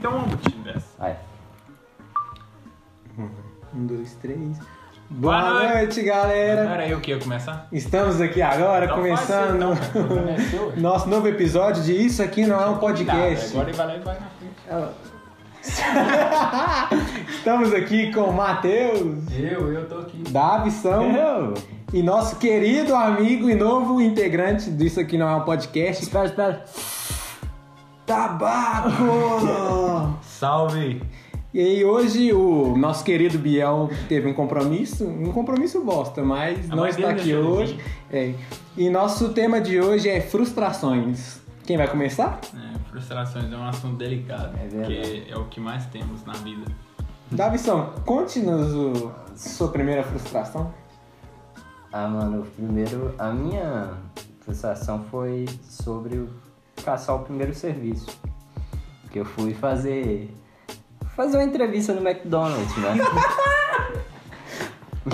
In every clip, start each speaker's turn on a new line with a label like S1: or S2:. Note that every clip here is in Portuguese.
S1: Então, Jess.
S2: Vai.
S3: Um, dois, três. Boa,
S1: Boa noite.
S3: noite, galera!
S1: Era eu que ia começar?
S3: Estamos aqui agora
S1: Então
S3: começando
S1: faz isso,
S2: Começou?
S3: nosso novo episódio de Isso Aqui Não É um Podcast.
S1: Nada, Tá, Agora ele vai lá e vai na frente.
S3: Estamos aqui com o Matheus,
S1: Eu, eu tô aqui.
S3: Davison
S2: Eu.
S3: e nosso querido amigo e novo integrante do Isso Aqui Não É um Podcast,
S2: Espera, espera.
S3: Tabaco!
S1: Salve!
S3: e aí, hoje o nosso querido Biel teve um compromisso, um compromisso bosta, mas
S1: A
S3: não
S1: mãe
S3: está
S1: dele
S3: aqui
S1: deixou ele
S3: hoje. É. E nosso tema de hoje é frustrações. Quem vai começar?
S1: É, frustrações é um assunto delicado.
S2: É verdade.
S1: Porque é o que mais temos na vida.
S3: Davison, conte-nos o- sua primeira frustração.
S2: Ah, mano, primeiro, a minha frustração foi sobre o- caçar o primeiro serviço. Que eu fui fazer. fazer uma entrevista no McDonald's, né?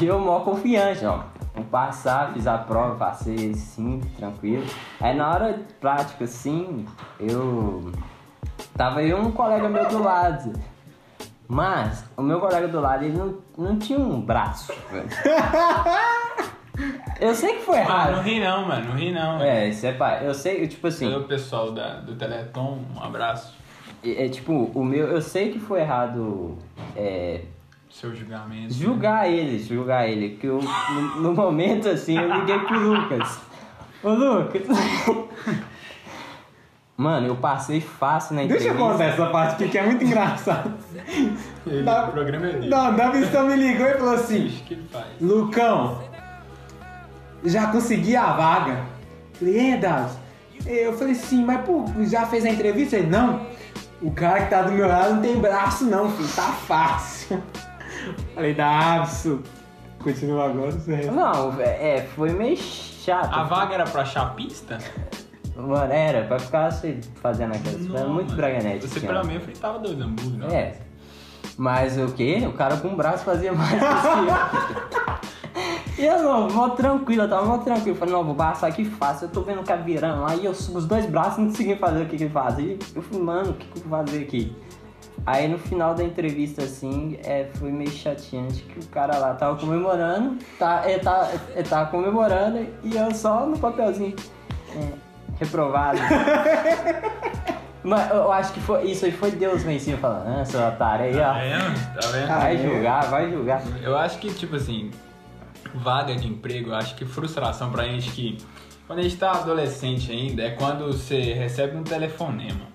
S2: E eu mó confiante, ó. Vou passar, fiz a prova, passei sim, tranquilo. Aí na hora prática, assim, eu. Tava eu e um colega meu do lado. Mas o meu colega do lado, ele não, não tinha um braço. velho. Eu sei que foi
S1: Ah, não
S2: errado.
S1: ri não, mano. Não ri não.
S2: É, isso é pá. Eu sei, eu, tipo assim.
S1: Todo o pessoal da, do Teleton, um abraço.
S2: É, é, tipo, o meu. Eu sei que foi errado. É,
S1: Seu julgamento.
S2: julgar ele, julgar ele. Que eu, no, no momento, assim, eu liguei pro Lucas. Ô, Lucas. Mano, eu passei fácil na
S3: Deixa
S2: entrevista.
S3: eu contar essa parte aqui que é muito engraçado.
S1: Ele-
S3: Dá-
S1: O programa é dele.
S3: Não, Davison me ligou e falou assim:
S1: Ixi, que ele faz?
S3: Lucão, já consegui a vaga. Falei, é, Davos? Eu falei, sim, mas pô, já fez a entrevista? Ele, não. O cara que tá do meu lado não tem braço, não, filho, tá fácil. Falei, Davos, continua agora, sério.
S2: Não, é, é, foi meio chato.
S1: A vaga era pra chapista?
S2: Mano, era, pra ficar se fazendo aquelas coisas. Era muito
S1: mano.
S2: draganete.
S1: Você
S2: assim,
S1: pra
S2: ó.
S1: mim, eu fritava dois hambúrguer. não.
S2: É. Mas o quê? O cara com um braço fazia mais que eu. E eu, não, mó tranquilo, eu tava mó tranquilo. Eu Falei, não, vou passar aqui fácil. Eu tô vendo o cara virando lá e eu subo os dois braços não consegui fazer o que que ele faz. E eu falei, mano, o que que eu vou fazer aqui? Aí no final da entrevista, assim, é, foi meio chateante que o cara lá tava comemorando, tá, ele, tá, ele tava comemorando e eu só no papelzinho. é, reprovado. Mas eu eu acho que foi, isso aí foi Deus lá em cima falando, ah, seu otário aí,
S1: Tá
S2: ó.
S1: vendo? Tá vendo?
S2: Vai julgar, vai julgar.
S1: Eu acho que, tipo assim, vaga de emprego, eu acho que frustração pra gente que. Quando a gente tá adolescente ainda, é quando você recebe um telefonema.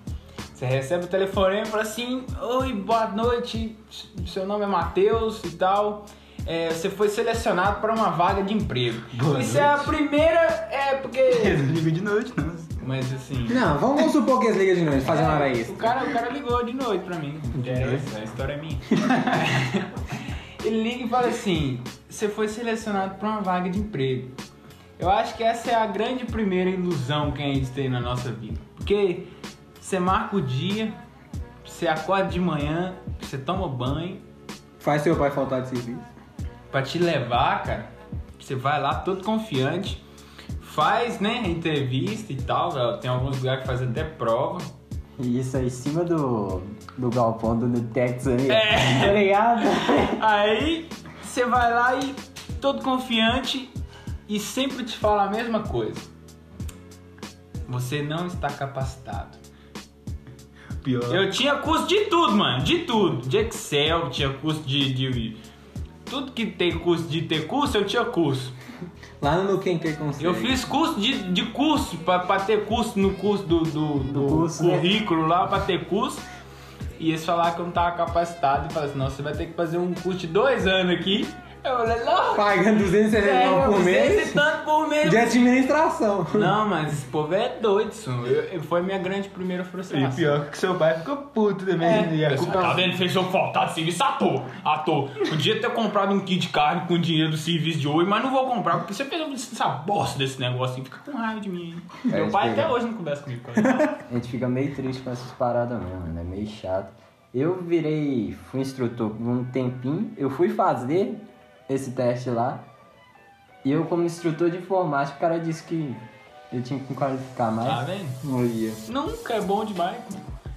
S1: Você recebe o telefonema e fala assim: Oi, boa noite, seu nome é Matheus e tal. É, você foi selecionado para uma vaga de emprego.
S2: Boa
S1: Isso é a primeira. É porque.
S2: Liga de noite,
S4: né?
S2: não.
S1: Mas assim.
S3: Não, Ah, vamos, vamos supor que eles ligam de noite, fazer uma hora extra.
S1: O cara, o cara ligou de noite pra mim. Interessa, a história é minha. Ele liga e fala assim: você foi selecionado pra uma vaga de emprego. Eu acho que essa é a grande primeira ilusão que a gente tem na nossa vida. Porque você marca o dia, você acorda de manhã, você toma banho,
S3: Faz seu pai faltar de serviço.
S1: Pra te levar, cara, você vai lá todo confiante, faz, né, entrevista e tal. Tem alguns lugares que faz até prova.
S2: E isso aí em cima do, do galpão do Nutex ali. É. Tá ligado?
S1: Aí você vai lá e todo confiante e sempre te fala a mesma coisa. Você não está capacitado.
S3: Pior.
S1: Eu tinha curso de tudo, mano, de tudo. De Excel, tinha curso de, de- tudo que tem curso de ter curso, eu tinha curso.
S3: Lá no Quem Quer Consegue.
S1: Eu fiz curso de, de curso, pra, pra ter curso no curso do, do, do
S2: curso, né?
S1: currículo lá, pra ter curso. E eles falaram que eu não tava capacitado e falaram assim, nossa, você vai ter que fazer um curso de dois anos aqui. Eu falei, não,
S3: Pagando
S1: É,
S3: 269 por mês
S1: esse tanto por mês.
S3: de administração.
S1: Não, mas esse povo é doido, isso. Eu- eu- foi minha grande primeira frustração.
S4: E pior que seu pai ficou puto também. né?
S1: É,
S4: e a
S1: pessoal,
S4: culpa
S1: tá vendo? Fez eu faltar de serviço à toa. À toa. Podia ter comprado um kit de carne com dinheiro do serviço de hoje, mas não vou comprar, porque você fez essa bosta desse negócio e fica com raiva de mim. hein?
S2: É,
S1: Meu pai
S2: isso aí.
S1: até hoje não conversa comigo. cara.
S2: A gente fica meio triste com essas paradas mesmo, né? Meio chato. Eu virei, fui instrutor por um tempinho, eu fui fazer esse teste lá. E eu como instrutor de informática, o
S1: Ah.
S2: cara disse que eu tinha que me qualificar mais.
S1: Tá vendo?
S3: Olha.
S1: Nunca é bom demais.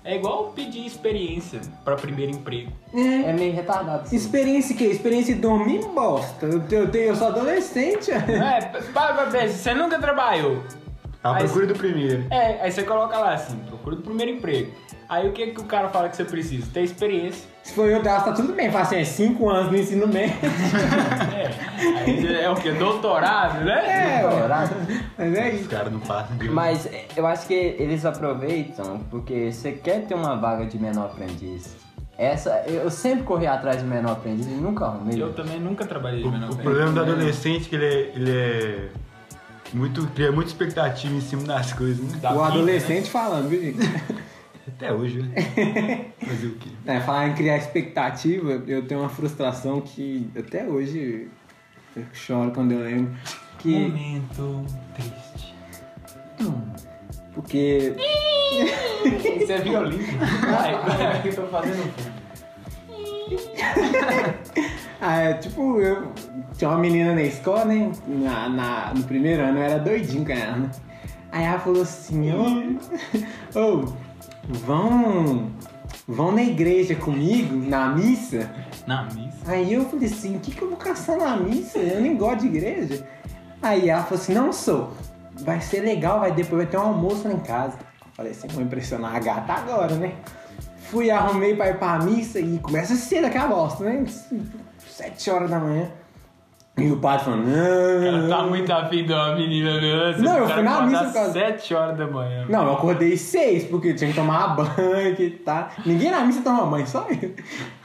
S1: É igual pedir experiência pra primeiro emprego.
S3: É.
S2: É meio retardado. assim.
S3: Experiência que? Experiência de dormir bosta. Eu, eu, tenho- eu sou adolescente.
S1: É, pá, pá, pá, você nunca trabalhou.
S4: A
S1: Mas-
S4: procura Ah, do primeiro.
S1: É, aí você coloca lá assim, procura o primeiro emprego. Aí o que, que o cara fala que você precisa? Ter experiência.
S3: Se for eu, tá tudo bem. Faço assim, é 5 anos no ensino médio.
S1: É, aí você- é o que? Doutorado, né?
S3: É, ué.
S2: Doutorado.
S3: Mas é isso.
S4: Os caras não passam de
S2: Mas é, eu acho que eles aproveitam porque você quer ter uma vaga de menor aprendiz. Essa, eu sempre corri atrás de menor aprendiz e nunca arrumei.
S1: Eu também nunca trabalhei de menor
S4: O
S1: aprendiz.
S4: problema do adolescente é que ele é, ele é muito, cria muita expectativa em cima das coisas, né?
S1: Da
S3: é O
S1: vida,
S3: adolescente falando, viu, gente?
S4: Até hoje, né? Fazer o quê?
S3: É, falar em criar expectativa, eu tenho uma frustração que até hoje eu choro quando eu lembro.
S1: né?
S3: Que.
S1: Momento triste.
S3: Porque.
S1: Isso é violino. Vai, vai, o que eu tô fazendo? um
S3: Ah, é, tipo, eu tinha uma menina na escola, né? Na, na- no primeiro ano eu era doidinho com ela, né? Aí ela falou assim, ô, ô, vão, vão na igreja comigo, na missa?
S1: Na missa.
S3: Aí eu falei assim, o que, que eu vou caçar na missa? Eu nem gosto de igreja. Aí ela falou assim, não sou, vai ser legal, vai depois vai ter um almoço lá em casa. Falei assim, vou impressionar a gata agora, né? Fui, arrumei pra ir pra missa e começa cedo aquela bosta, né? Sete horas da manhã. E o padre falando,
S1: Ela
S3: não,
S1: tá muito afim de uma menina né? doce.
S3: Não, eu fui na missa por
S1: às
S3: causa-
S1: 7 horas da manhã.
S3: Não, eu acordei seis, porque tinha que tomar banho e tá. Ninguém na missa toma banho, só eu.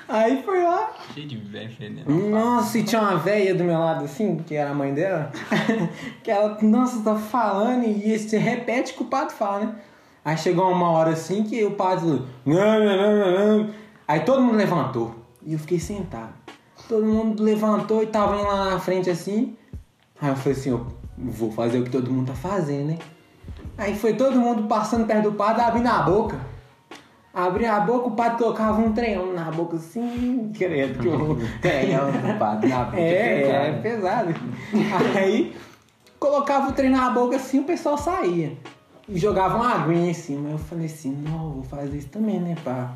S3: Aí foi lá,
S1: Cheio de né? velho fedendo.
S3: Nossa, e tinha uma velha do meu lado assim, que era a mãe dela, que ela, nossa, tá falando e se repete o que o padre fala, né? Aí chegou uma hora assim que o padre falou, não, não, não, não, não. Aí todo mundo levantou e eu fiquei sentado. Todo mundo levantou e tava indo lá na frente assim. Aí eu falei assim, eu vou fazer o que todo mundo tá fazendo, né? Aí foi todo mundo passando perto do padre, abrindo a boca. Abria a boca, o padre colocava um trem na boca assim, credo que horror.
S2: Tem, é um padre na boca,
S3: É, é
S2: cara.
S3: pesado. Aí colocava o trem na boca assim, o pessoal saía. E jogava uma aguinha em cima. Eu falei assim, não, eu vou fazer isso também, né? Pra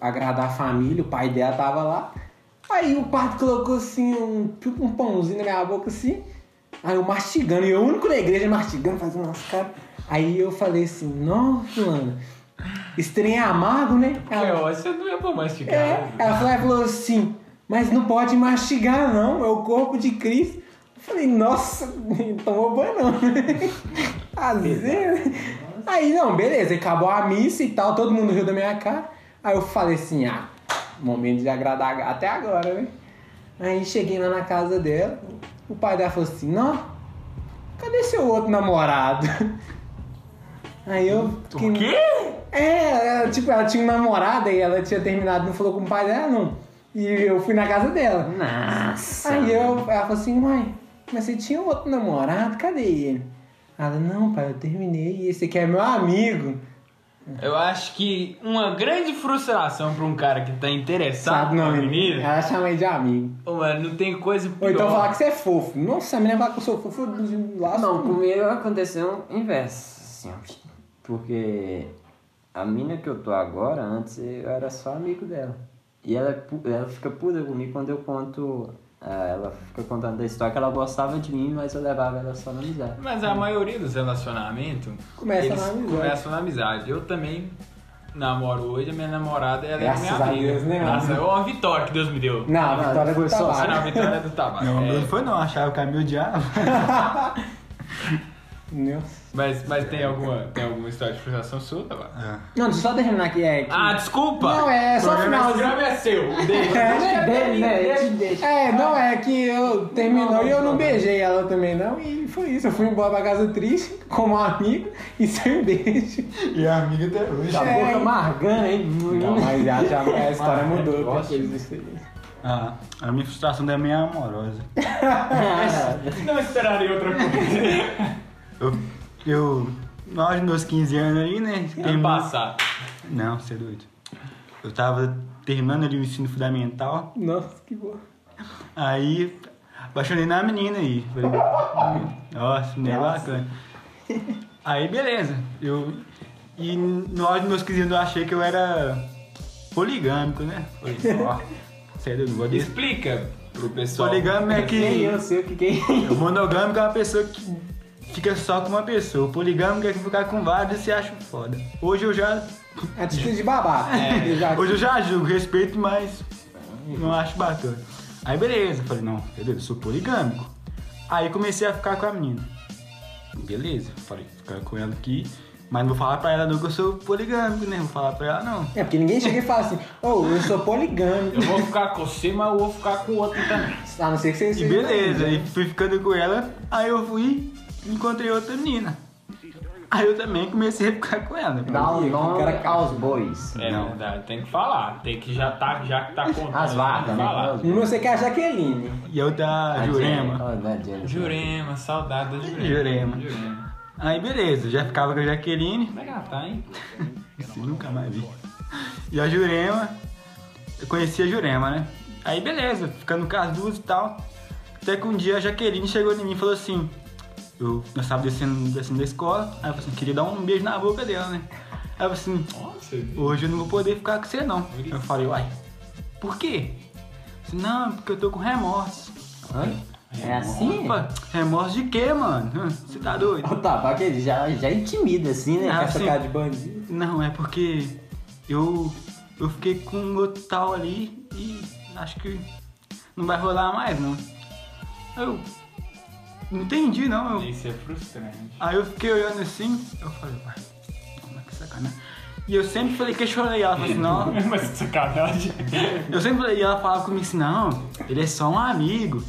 S3: agradar a família, o pai dela tava lá. Aí o padre colocou assim, um, tipo um pãozinho na minha boca assim. Aí eu mastigando, e eu o único na igreja mastigando, fazendo umas caras. Aí eu falei assim, nossa, fulano, esse trem é amargo, né? Ela-
S1: É, ó, você não ia pra mastigar. né?
S3: é, ela falou, ela falou assim, mas não pode mastigar não, é o corpo de Cristo. Eu falei, nossa, não tomou banho não. Azedo. Aí não, beleza, acabou a missa e tal, todo mundo riu da minha cara. Aí eu falei assim, ah, momento de agradar a gata até agora, né? Aí cheguei lá na casa dela, o pai dela falou assim, não, cadê seu outro namorado? Aí eu.
S1: O quê?
S3: É, ela, tipo, ela tinha um namorado e ela tinha terminado, não falou com o pai dela, não. E eu fui na casa dela.
S2: Nossa.
S3: Aí eu, ela falou assim, mãe, mas você tinha um outro namorado, cadê ele? Ela, não, pai, eu terminei, esse aqui é meu amigo.
S1: Eu acho que uma grande frustração pra um cara que tá interessado
S3: Sabe o
S1: na
S3: nome?
S1: menina,
S3: Ela chama ele de amigo.
S1: Ô, mano, não tem coisa pior.
S3: Ou então falar que você é fofo. Nossa, a menina fala que eu sou fofo de lá.
S2: Não, comigo aconteceu o inverso. assim, porque a mina que eu tô agora, antes eu era só amigo dela. E ela, é pu- ela fica puta comigo quando eu conto. ah, Ela fica contando da história que ela gostava de mim, mas eu levava ela só na amizade.
S1: Mas a maioria dos relacionamentos
S3: Começa
S1: eles
S3: na amizade.
S1: começam na amizade. Eu também namoro hoje, a minha namorada ela é
S3: Graças
S1: minha
S3: a
S1: amiga.
S3: Deus, né, mano?
S1: Nossa, é uma vitória que Deus me deu.
S3: Não, a Vitória foi
S2: Foi só-
S3: só.
S1: Ah, não, a vitória é do tabaco.
S4: Não,
S1: É.
S4: não foi não, achava que a meu diabo.
S1: Mas, mas tem, alguma, tem alguma história de frustração sua, tabaco?
S4: É.
S3: Não, deixa eu só terminar aqui. É, que-
S1: Ah, desculpa!
S3: Não, é só o
S1: Programa-
S3: finalzinho.
S1: Esse programa é seu. Deixa.
S3: É,
S2: Dele, né? Eu te deixo.
S3: É, não, é que eu terminou
S2: Não,
S3: e eu não
S2: não.
S3: beijei ela também, não. E foi isso. Eu fui embora pra casa triste, como um amigo, e sem beijo.
S4: E a amiga até hoje.
S2: Tá
S3: É.
S2: boca amargando, hein?
S3: Não, mas já, já a história
S1: Mas é
S3: mudou depois
S1: próximo.
S3: disso aí.
S4: Ah, a minha frustração também é amorosa.
S1: Não esperaria outra coisa.
S4: Eu, eu nós dos meus 15 anos ali, né?
S1: Tem
S4: terminando-
S1: passar.
S4: Não, você é doido. Eu tava terminando ali o ensino fundamental,
S3: Nossa, que boa.
S4: aí apaixonei na menina aí. Falei, um nossa, mulher bacana. Aí beleza, eu E no auge dos meus 15 anos eu achei que eu era poligâmico, né? Falei, ó, sério, eu não gosto disso.
S1: Explica pro pessoal.
S4: Poligâmico é
S2: Nem
S4: que.
S2: eu sei o que que é.
S4: O monogâmico é uma pessoa que fica só com uma pessoa. O poligâmico é que ficar com vários e se acha foda. Hoje eu já.
S3: Atitude de babaca. Eu já-
S4: Hoje eu já julgo, respeito, mas não acho bacana. Aí beleza, falei, não, beleza, eu sou poligâmico. Aí comecei a ficar com a menina. Beleza, falei, ficar com ela aqui, mas não vou falar pra ela não que eu sou poligâmico, né? Não vou falar pra ela não.
S3: É, porque ninguém chega e fala assim, ô, eu sou poligâmico.
S1: Eu vou ficar com você, mas eu vou ficar com o outro também.
S3: A não ser que você
S4: E
S3: seja
S4: beleza, e fui ficando com ela, aí eu fui e encontrei outra menina. Aí eu também comecei a ficar com ela. né?
S2: Dá um
S3: Ih,
S2: nome
S3: cara, cara.
S2: aos bois.
S1: É
S4: Não.
S1: verdade, tem que falar. Tem que já tá, já que tá contando.
S2: As
S1: tem
S2: vagas,
S1: que falar.
S2: né?
S3: Uma você quer é a Jaqueline.
S4: E a outra Jurema.
S2: Ah, da Jennifer.
S1: Jurema, saudade da Jurema.
S4: Jurema.
S1: Jurema.
S4: Aí beleza, já ficava com a Jaqueline,
S1: Como é que ela tá, hein?
S4: Isso eu nunca mais vi. E a Jurema, eu conheci a Jurema, né? Aí beleza, ficando com as duas e tal. Até que um dia a Jaqueline chegou em mim e falou assim: eu, nós tava descendo, descendo da escola, aí eu falei assim: queria dar um beijo na boca dela, né? Aí eu falei assim:
S1: Nossa,
S4: Hoje eu não vou poder ficar com você, não. Eu falei, uai, por quê? Disse, Não, porque eu tô com remorso.
S2: Hã? É assim?
S4: Opa, remorso de quê, mano? Hã, Você tá
S2: O
S4: doido?
S2: tabaco ele já, já intimida, assim, né?
S4: Ah,
S3: Essa
S4: sim.
S3: cara de bandido.
S4: Não, é porque eu, eu fiquei com um outro tal ali e acho que não vai rolar mais, não. Eu não entendi, não. Eu-
S1: isso é frustrante.
S4: aí eu fiquei olhando assim, eu falei, uai, como é que sacanagem. E eu sempre falei, questionei ela, falei assim, não,
S1: Mas que sacanagem.
S4: Eu sempre falei, e ela falava comigo assim, não, ele é só um amigo.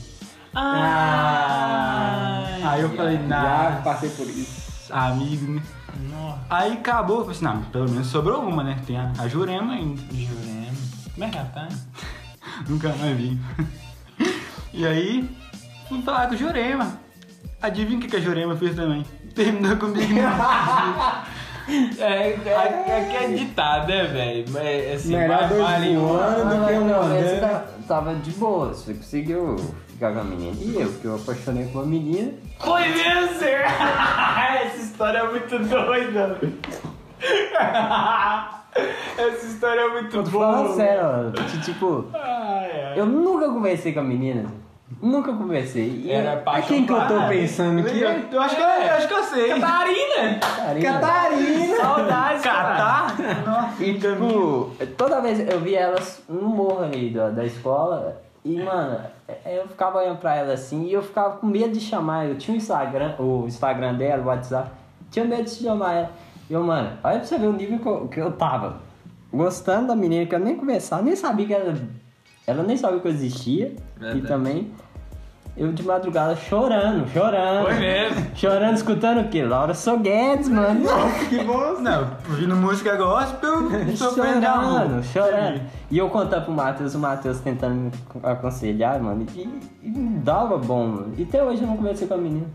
S1: Ah!
S4: Aí eu falei,
S3: Já
S4: nah,
S3: passei por isso.
S4: amigo, né?
S1: Nossa,
S4: Aí acabou, eu falei assim, não, pelo menos sobrou uma, né? Tem a, a Jurema ainda.
S1: Jurema. Como é que ela tá? hein?
S4: Nunca mais vi. e aí, fui falar com a Jurema. Adivinha o que, que a Jurema fez também? Terminou comigo.
S1: É, é, é que é ditado, né, velho? Mas, assim,
S3: Melhor
S1: vai-
S3: dois
S1: vale
S3: voando do que um
S2: você
S3: andando.
S2: tá- tava de boa, você conseguiu ficar com a menina. E eu, que eu apaixonei por uma menina.
S1: Foi mesmo, senhor? Essa história é muito doida. Essa história é muito
S2: Tô
S1: boa.
S2: falando sério, ó, que, tipo,
S1: Ai, ai.
S2: eu nunca conversei com a menina. Nunca conversei. E
S1: Era
S3: A
S1: paixão
S3: quem que eu tô
S1: clara.
S3: pensando aqui? ó?
S4: eu, acho que, eu, eu acho que eu sei.
S1: tá Catarina!
S2: Catarina.
S3: Catarina!
S1: Saudades, cara.
S4: Catar? Nossa,
S2: E tipo, toda vez eu via elas no morro ali da, da escola. E,
S1: É.
S2: mano, é, eu ficava olhando pra ela assim e eu ficava com medo de chamar. Eu tinha o Instagram, o Instagram dela, o WhatsApp. Tinha medo de chamar ela. E eu, mano, olha pra você ver o nível que eu, que eu tava. Gostando da menina, que eu nem conversava, nem sabia que ela. Ela nem sabia que eu existia. E
S1: Verdade.
S2: também. Eu de madrugada chorando, chorando.
S1: Foi mesmo.
S2: Chorando, escutando o quê? Laura Soguedes, mano.
S4: que bom. Não, ouvindo música gospel, eu tô aprendendo a
S2: Chorando,
S4: música.
S2: chorando. E eu contando pro Matheus, o Matheus tentando me aconselhar, mano. E, e não dava bom, mano. E até hoje eu não conversei com a menina.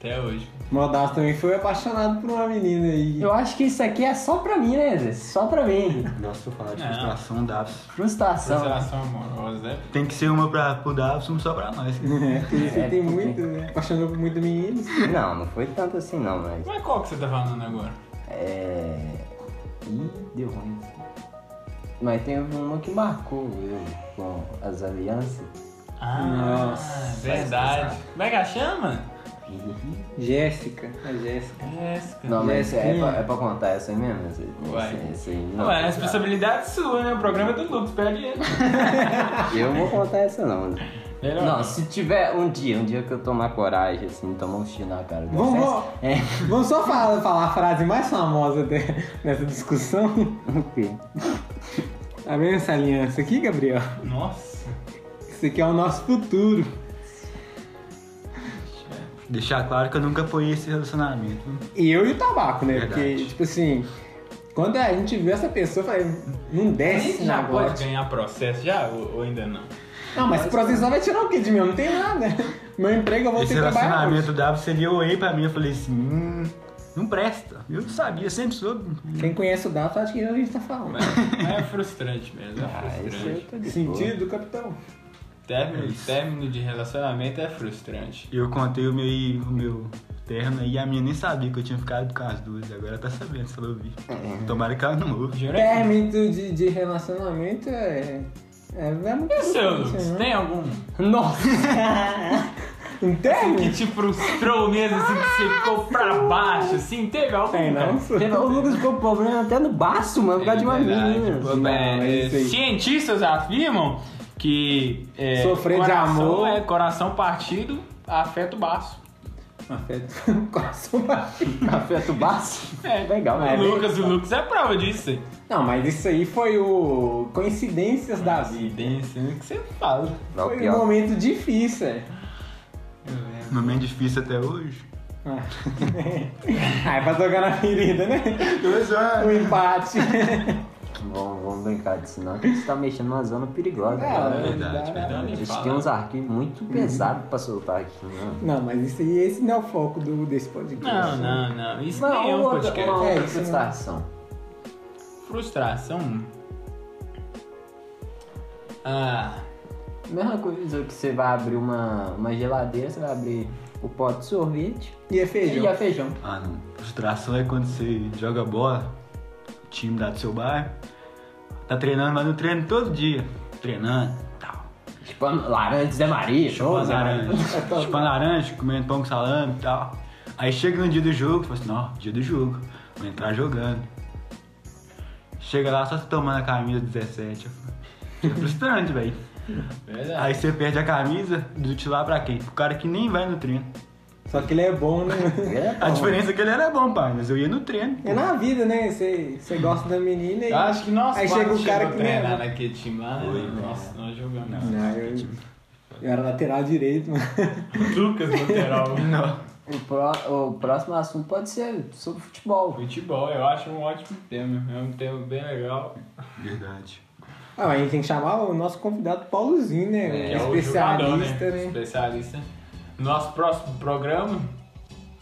S1: Até hoje.
S3: Modaço é? também foi apaixonado por uma menina aí.
S2: Eu acho que isso aqui é só pra mim, né, Zé? Só pra mim.
S4: Nossa, vou falar de
S1: Não.
S4: frustração, Davi.
S2: Frustração.
S1: Relação amorosa, né?
S4: Tem que ser uma pra, pro Davison só pra nós.
S3: É, porque você
S2: É,
S3: tem
S2: porque-
S3: muito, né? Apaixonou por muita menina.
S2: Não, não foi tanto assim, não, mas.
S1: Mas qual que você tá falando agora?
S2: É. Ih, deu ruim. Mas tem uma que marcou eu com as alianças.
S1: Ah,
S3: Nossa,
S1: verdade. Como é que ela chama?
S3: Jéssica. A Jéssica.
S1: Jéssica.
S2: Não, mas é,
S3: Jéssica.
S2: pra, é pra contar essa aí mesmo? Essa,
S1: Ué.
S2: essa, essa aí não.
S1: Ué, é responsabilidade sua, né? O programa é do Lucas, perde ele.
S2: Eu não vou contar essa não.
S1: Melhor
S2: Não,
S1: não.
S2: se tiver um dia, um dia que eu tomar coragem, assim, tomar um xixi na cara.
S3: Vamos,
S2: vocês-
S3: vamos.
S2: É,
S3: Vamos só falar, falar a frase mais famosa de- dessa discussão.
S2: o quê?
S3: Tá vendo essa aliança aqui, Gabriel?
S1: Nossa.
S3: Isso aqui é o nosso futuro.
S4: Deixar claro que eu nunca apoiei esse relacionamento.
S3: E eu e o tabaco, né?
S4: Verdade.
S3: Porque, tipo assim, quando a gente viu essa pessoa, eu falei, não desce
S1: Ele já
S3: na
S1: pode
S3: bote.
S1: ganhar processo já ou, ou ainda não?
S3: Não, mas o processão vai tirar o quê de mim? Eu não tenho nada. Meu emprego eu vou ter
S4: esse
S3: que trabalhar. hoje.
S4: relacionamento da Davison, ele olhei pra mim e falei assim, hum, não presta. Eu sabia, sempre soube.
S3: Quem conhece o Dato acho que a gente tá falando.
S4: Né?
S1: Mas, mas é frustrante mesmo, é
S2: Ah, isso aí
S1: frustrante.
S2: eu tô de
S3: Sentido, capitão.
S1: Término,
S4: Isso.
S1: término de relacionamento é frustrante.
S4: E eu contei o meu, o meu terno e a minha nem sabia que eu tinha ficado com as duas. e Agora ela tá sabendo se ela ouvir. Tomara que ela não ouve.
S1: Jurema?
S3: Término de, de relacionamento é. É, é muito
S1: E o seu,
S3: difícil,
S1: Lucas?
S3: né? Um
S1: Tem algum
S2: Nossa!
S3: Não
S1: que
S3: tem?
S1: te frustrou mesmo, assim, que você ficou pra baixo, assim? Teve algum?
S3: Tem, não?
S1: cara?
S2: o Lucas ficou com problema até no baço, mano, por causa de uma
S1: É Verdade,
S2: menina. assim,
S1: pô,
S3: Não,
S1: é,
S3: é isso aí.
S1: cientistas afirmam que é,
S3: Sofrer de
S1: coração
S3: amor.
S1: é coração partido, afeta o baço.
S3: Afeto coração baixo.
S2: Afeta o baço?
S1: É.
S2: Legal,
S1: o
S2: né?
S1: Lucas, o Lucas é prova disso.
S3: Não, mas isso aí foi o. Coincidências da vida.
S1: Pensando o que você fala.
S2: Não,
S3: Foi
S2: pior.
S3: um momento difícil, é.
S4: Momento difícil até hoje.
S3: Ah. Aí pra tocar na ferida, né?
S4: Dois
S3: O
S4: anos.
S3: empate.
S2: É Vamos, vamos brincar disso, não, que você tá mexendo numa zona perigosa.
S1: É,
S3: Não,
S2: cara.
S4: verdade,
S2: A
S4: verdade.
S2: gente tem uns arquivos muito
S1: Uhum.
S2: pesados pra soltar aqui, né?
S3: Não, mas isso aí, esse não é o foco do, desse podcast.
S1: Não,
S3: né?
S1: não, não. Isso
S2: Uma
S1: nem é um
S2: outra-
S1: podcast.
S3: É,
S2: uma outra
S3: isso não.
S2: frustração.
S1: Frustração. Ah,
S2: Mesma coisa que você vai abrir uma, uma geladeira, você vai abrir o pote de sorvete
S3: E é feijão.
S2: e a feijão.
S4: Ah, não. Frustração é quando você joga bola, o time lá do seu bairro, tá treinando, mas não treino todo dia. Treinando, tal.
S2: Tipo, laranja de Zé Maria, tipo, show.
S4: Chupando laranja. É, Chupando laranja, comendo pão com salame e tal. Aí chega no dia do jogo, fala assim, ó, dia do jogo, vou entrar jogando. Chega lá só se tomando a camisa 17. eu falo, É frustrante, velho.
S1: verdade.
S4: Aí você perde a camisa do titular pra quem? Pro cara que nem vai no treino.
S3: Só que ele é bom, né?
S2: É, pô.
S4: A diferença é que ele era bom, pai, mas eu ia no treino.
S3: É na vida, né? Você você gosta da menina e.
S1: Eu acho que nós
S3: Aí chega o cara que nem.
S1: treinar naquele time lá, né?
S4: Foi, né?
S1: Nossa, nós jogamos.
S3: Não, eu, eu era lateral direito, mano.
S1: Lucas lateral.
S4: Não.
S2: O, pró- o próximo assunto pode ser sobre futebol.
S1: Futebol, eu acho um ótimo tema. É um tema bem legal.
S4: Verdade.
S3: Ah, mas a gente tem que chamar o nosso convidado Paulozinho, né?
S1: É,
S3: o
S1: o
S3: especialista,
S1: jogador,
S3: né?
S1: Especialista. Nosso próximo programa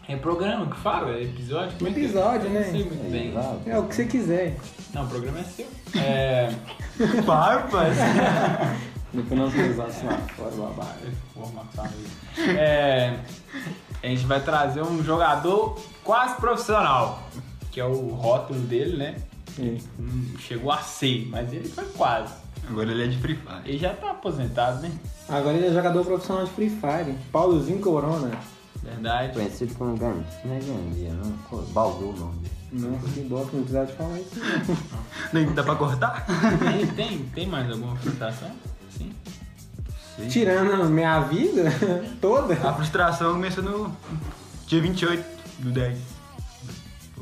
S1: é programa que fala? É episódio? Como é que é?
S3: Episódio, né?
S1: Não sei muito bem.
S2: Exato.
S3: É o que você quiser.
S1: Não, o programa é seu. É.
S4: Pai, pai.
S3: Depois nós vamos usar isso lá fora, babado.
S1: Vou matar ele. É, a gente vai trazer um jogador quase profissional, que é o rótulo dele, né? Hum, chegou a ser, mas ele foi quase.
S4: Agora ele é de Free Fire.
S1: Ele já tá aposentado, né?
S3: Agora ele é jogador profissional de Free Fire. Paulozinho Corona.
S1: Verdade.
S2: Conhecido como Gandia. Não é Gandia, não. Pô, Baldu é o nome dele.
S3: Nossa, que bosta, não precisava de falar isso.
S4: Nem então dá pra cortar?
S1: Tem, tem, tem mais alguma frustração? Sim.
S3: Tirando a minha vida toda.
S4: A frustração começou no dia 28 do 10. Pô,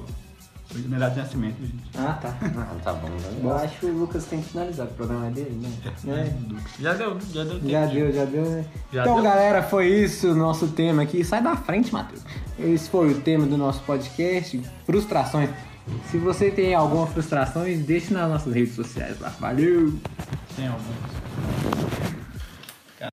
S4: foi minha data de nascimento, gente.
S3: Ah, tá.
S2: Ah, tá bom. Eu acho que o Lucas tem que finalizar, o programa é dele, né?
S3: É.
S1: Já deu, já deu tempo.
S3: Já deu, já deu, né?
S1: Já
S3: então,
S1: deu.
S3: galera, foi isso o nosso tema aqui. Sai da frente, Matheus. Esse foi o tema do nosso podcast, frustrações. Se você tem alguma frustração, deixe nas nossas redes sociais lá. Valeu!
S1: Tem algumas.